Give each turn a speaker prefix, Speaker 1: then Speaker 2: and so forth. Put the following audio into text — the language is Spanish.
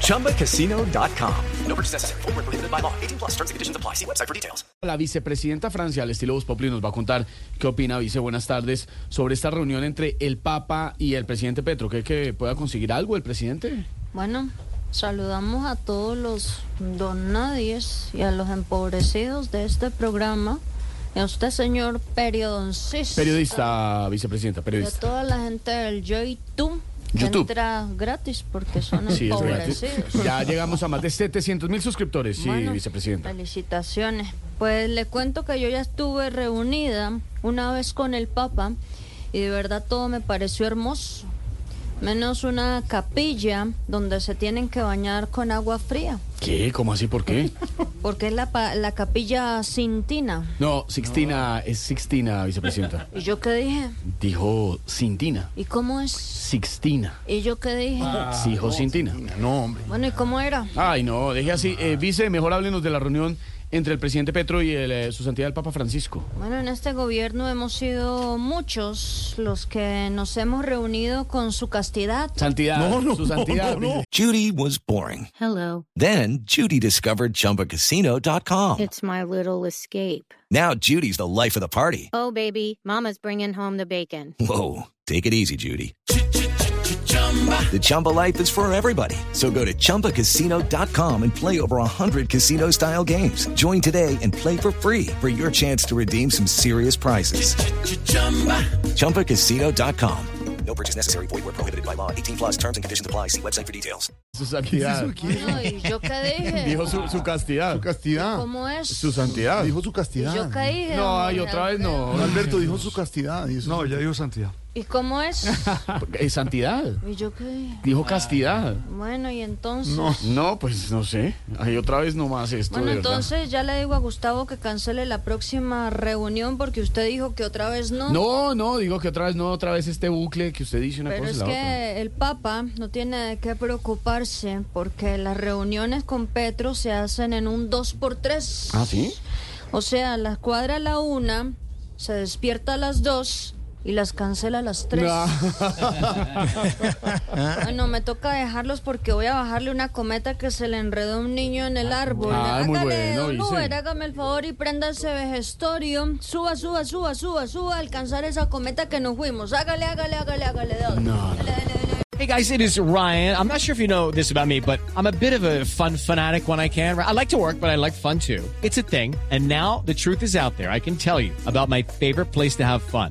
Speaker 1: ChumbaCasino.com. No purchase necessary. Void where prohibited by law. 18 plus terms and conditions apply. See website for details.
Speaker 2: La vicepresidenta Francia, al estilo Voz Populi, nos va a contar qué opina, vice. Buenas tardes. Sobre esta reunión entre el Papa y el presidente Petro. ¿Cree que pueda conseguir algo el presidente?
Speaker 3: Bueno, saludamos a todos los donadies y a los empobrecidos de este programa. Y a usted, señor periodoncista.
Speaker 2: Periodista, vicepresidenta,
Speaker 3: Y a
Speaker 2: periodista.
Speaker 3: toda la gente del YouTube.
Speaker 2: YouTube.
Speaker 3: Entra gratis porque son
Speaker 2: Sí, es gratis.
Speaker 3: empobrecidos.
Speaker 2: Ya llegamos a más de 700 mil suscriptores, sí,
Speaker 3: Bueno,
Speaker 2: vicepresidenta.
Speaker 3: Felicitaciones. Pues le cuento que yo ya estuve reunida una vez con el Papa y de verdad todo me pareció hermoso. Menos una capilla donde se tienen que bañar con agua fría,
Speaker 2: ¿Qué? ¿Cómo así? ¿Por qué?
Speaker 3: porque es la, pa- la capilla sintina.
Speaker 2: No, Sixtina, es Sixtina, vicepresidenta.
Speaker 3: ¿Y yo qué dije?
Speaker 2: Dijo Cintina.
Speaker 3: ¿Y cómo es?
Speaker 2: Sixtina.
Speaker 3: ¿Y yo qué dije?
Speaker 2: Sí, dijo Cintina.
Speaker 3: Bueno, ¿y cómo era?
Speaker 2: Ay, no, deje así. Eh, vice, mejor háblenos de la reunión entre el presidente Petro y el, eh, su santidad el Papa Francisco.
Speaker 3: Bueno, en este gobierno hemos sido muchos los que nos hemos reunido con su castidad.
Speaker 2: Santidad, su santidad.
Speaker 4: Judy was boring.
Speaker 5: Hello,
Speaker 4: Then Judy discovered ChumbaCasino.com.
Speaker 5: it's my little escape.
Speaker 4: Now Judy's the life of the party.
Speaker 5: Oh, baby, Mama's bringing home the bacon.
Speaker 4: Whoa, take it easy, Judy. The Chumba life is for everybody. So go to ChumbaCasino.com and play over 100 casino style games. Join today and play for free for your chance to redeem some serious prizes. ChumbaCasino.com. No purchase necessary. Void where prohibited by law. 18 plus terms and conditions apply. See website for details.
Speaker 2: Su santidad.
Speaker 3: Bueno, ¿y yo qué dije?
Speaker 2: Dijo su, su castidad.
Speaker 6: Castidad.
Speaker 3: ¿Cómo es?
Speaker 2: Su santidad.
Speaker 6: Dijo su castidad.
Speaker 3: Yo caí. de
Speaker 2: No,
Speaker 3: un-
Speaker 2: y otra vez no.
Speaker 6: Alberto dijo su castidad. y eso-
Speaker 7: No, ya dijo Santidad.
Speaker 3: ¿Y cómo es?
Speaker 2: Eh, santidad.
Speaker 3: ¿Y yo caí.
Speaker 2: Dijo castidad.
Speaker 3: Bueno, y entonces.
Speaker 2: No, pues no sé. Ay, otra vez nomás esto.
Speaker 3: Bueno,
Speaker 2: de verdad.
Speaker 3: entonces ya le digo a Gustavo que cancele la próxima reunión porque usted dijo que otra vez no.
Speaker 2: No, no, digo que otra vez no, otra vez este bucle que usted dice una
Speaker 3: Pero
Speaker 2: cosa y
Speaker 3: es
Speaker 2: la otra.
Speaker 3: que el Papa no tiene de qué preocuparse porque las reuniones con Petro se hacen en un 2x3.
Speaker 2: ¿Ah, sí?
Speaker 3: O sea, las cuadra a la una, se despierta a las dos y las cancela a las tres.
Speaker 2: Ah.
Speaker 3: Bueno, me toca dejarlos porque voy a bajarle una cometa que se le enredó a un niño en el árbol.
Speaker 2: Ah, muy
Speaker 3: Hágale,
Speaker 2: bueno,
Speaker 3: don
Speaker 2: Vicen.
Speaker 3: Uber, hágame el favor y prenda ese vejestorio. Suba, suba, suba, suba, suba, a alcanzar esa cometa que nos fuimos. Hágale, hágale, hágale, hágale. dale, dale, dale, dale.
Speaker 8: Hey guys, it is Ryan. I'm not sure if you know this about me, but I'm a bit of a fun fanatic when I can. I like to work, but I like fun too. It's a thing. And now the truth is out there. I can tell you about my favorite place to have fun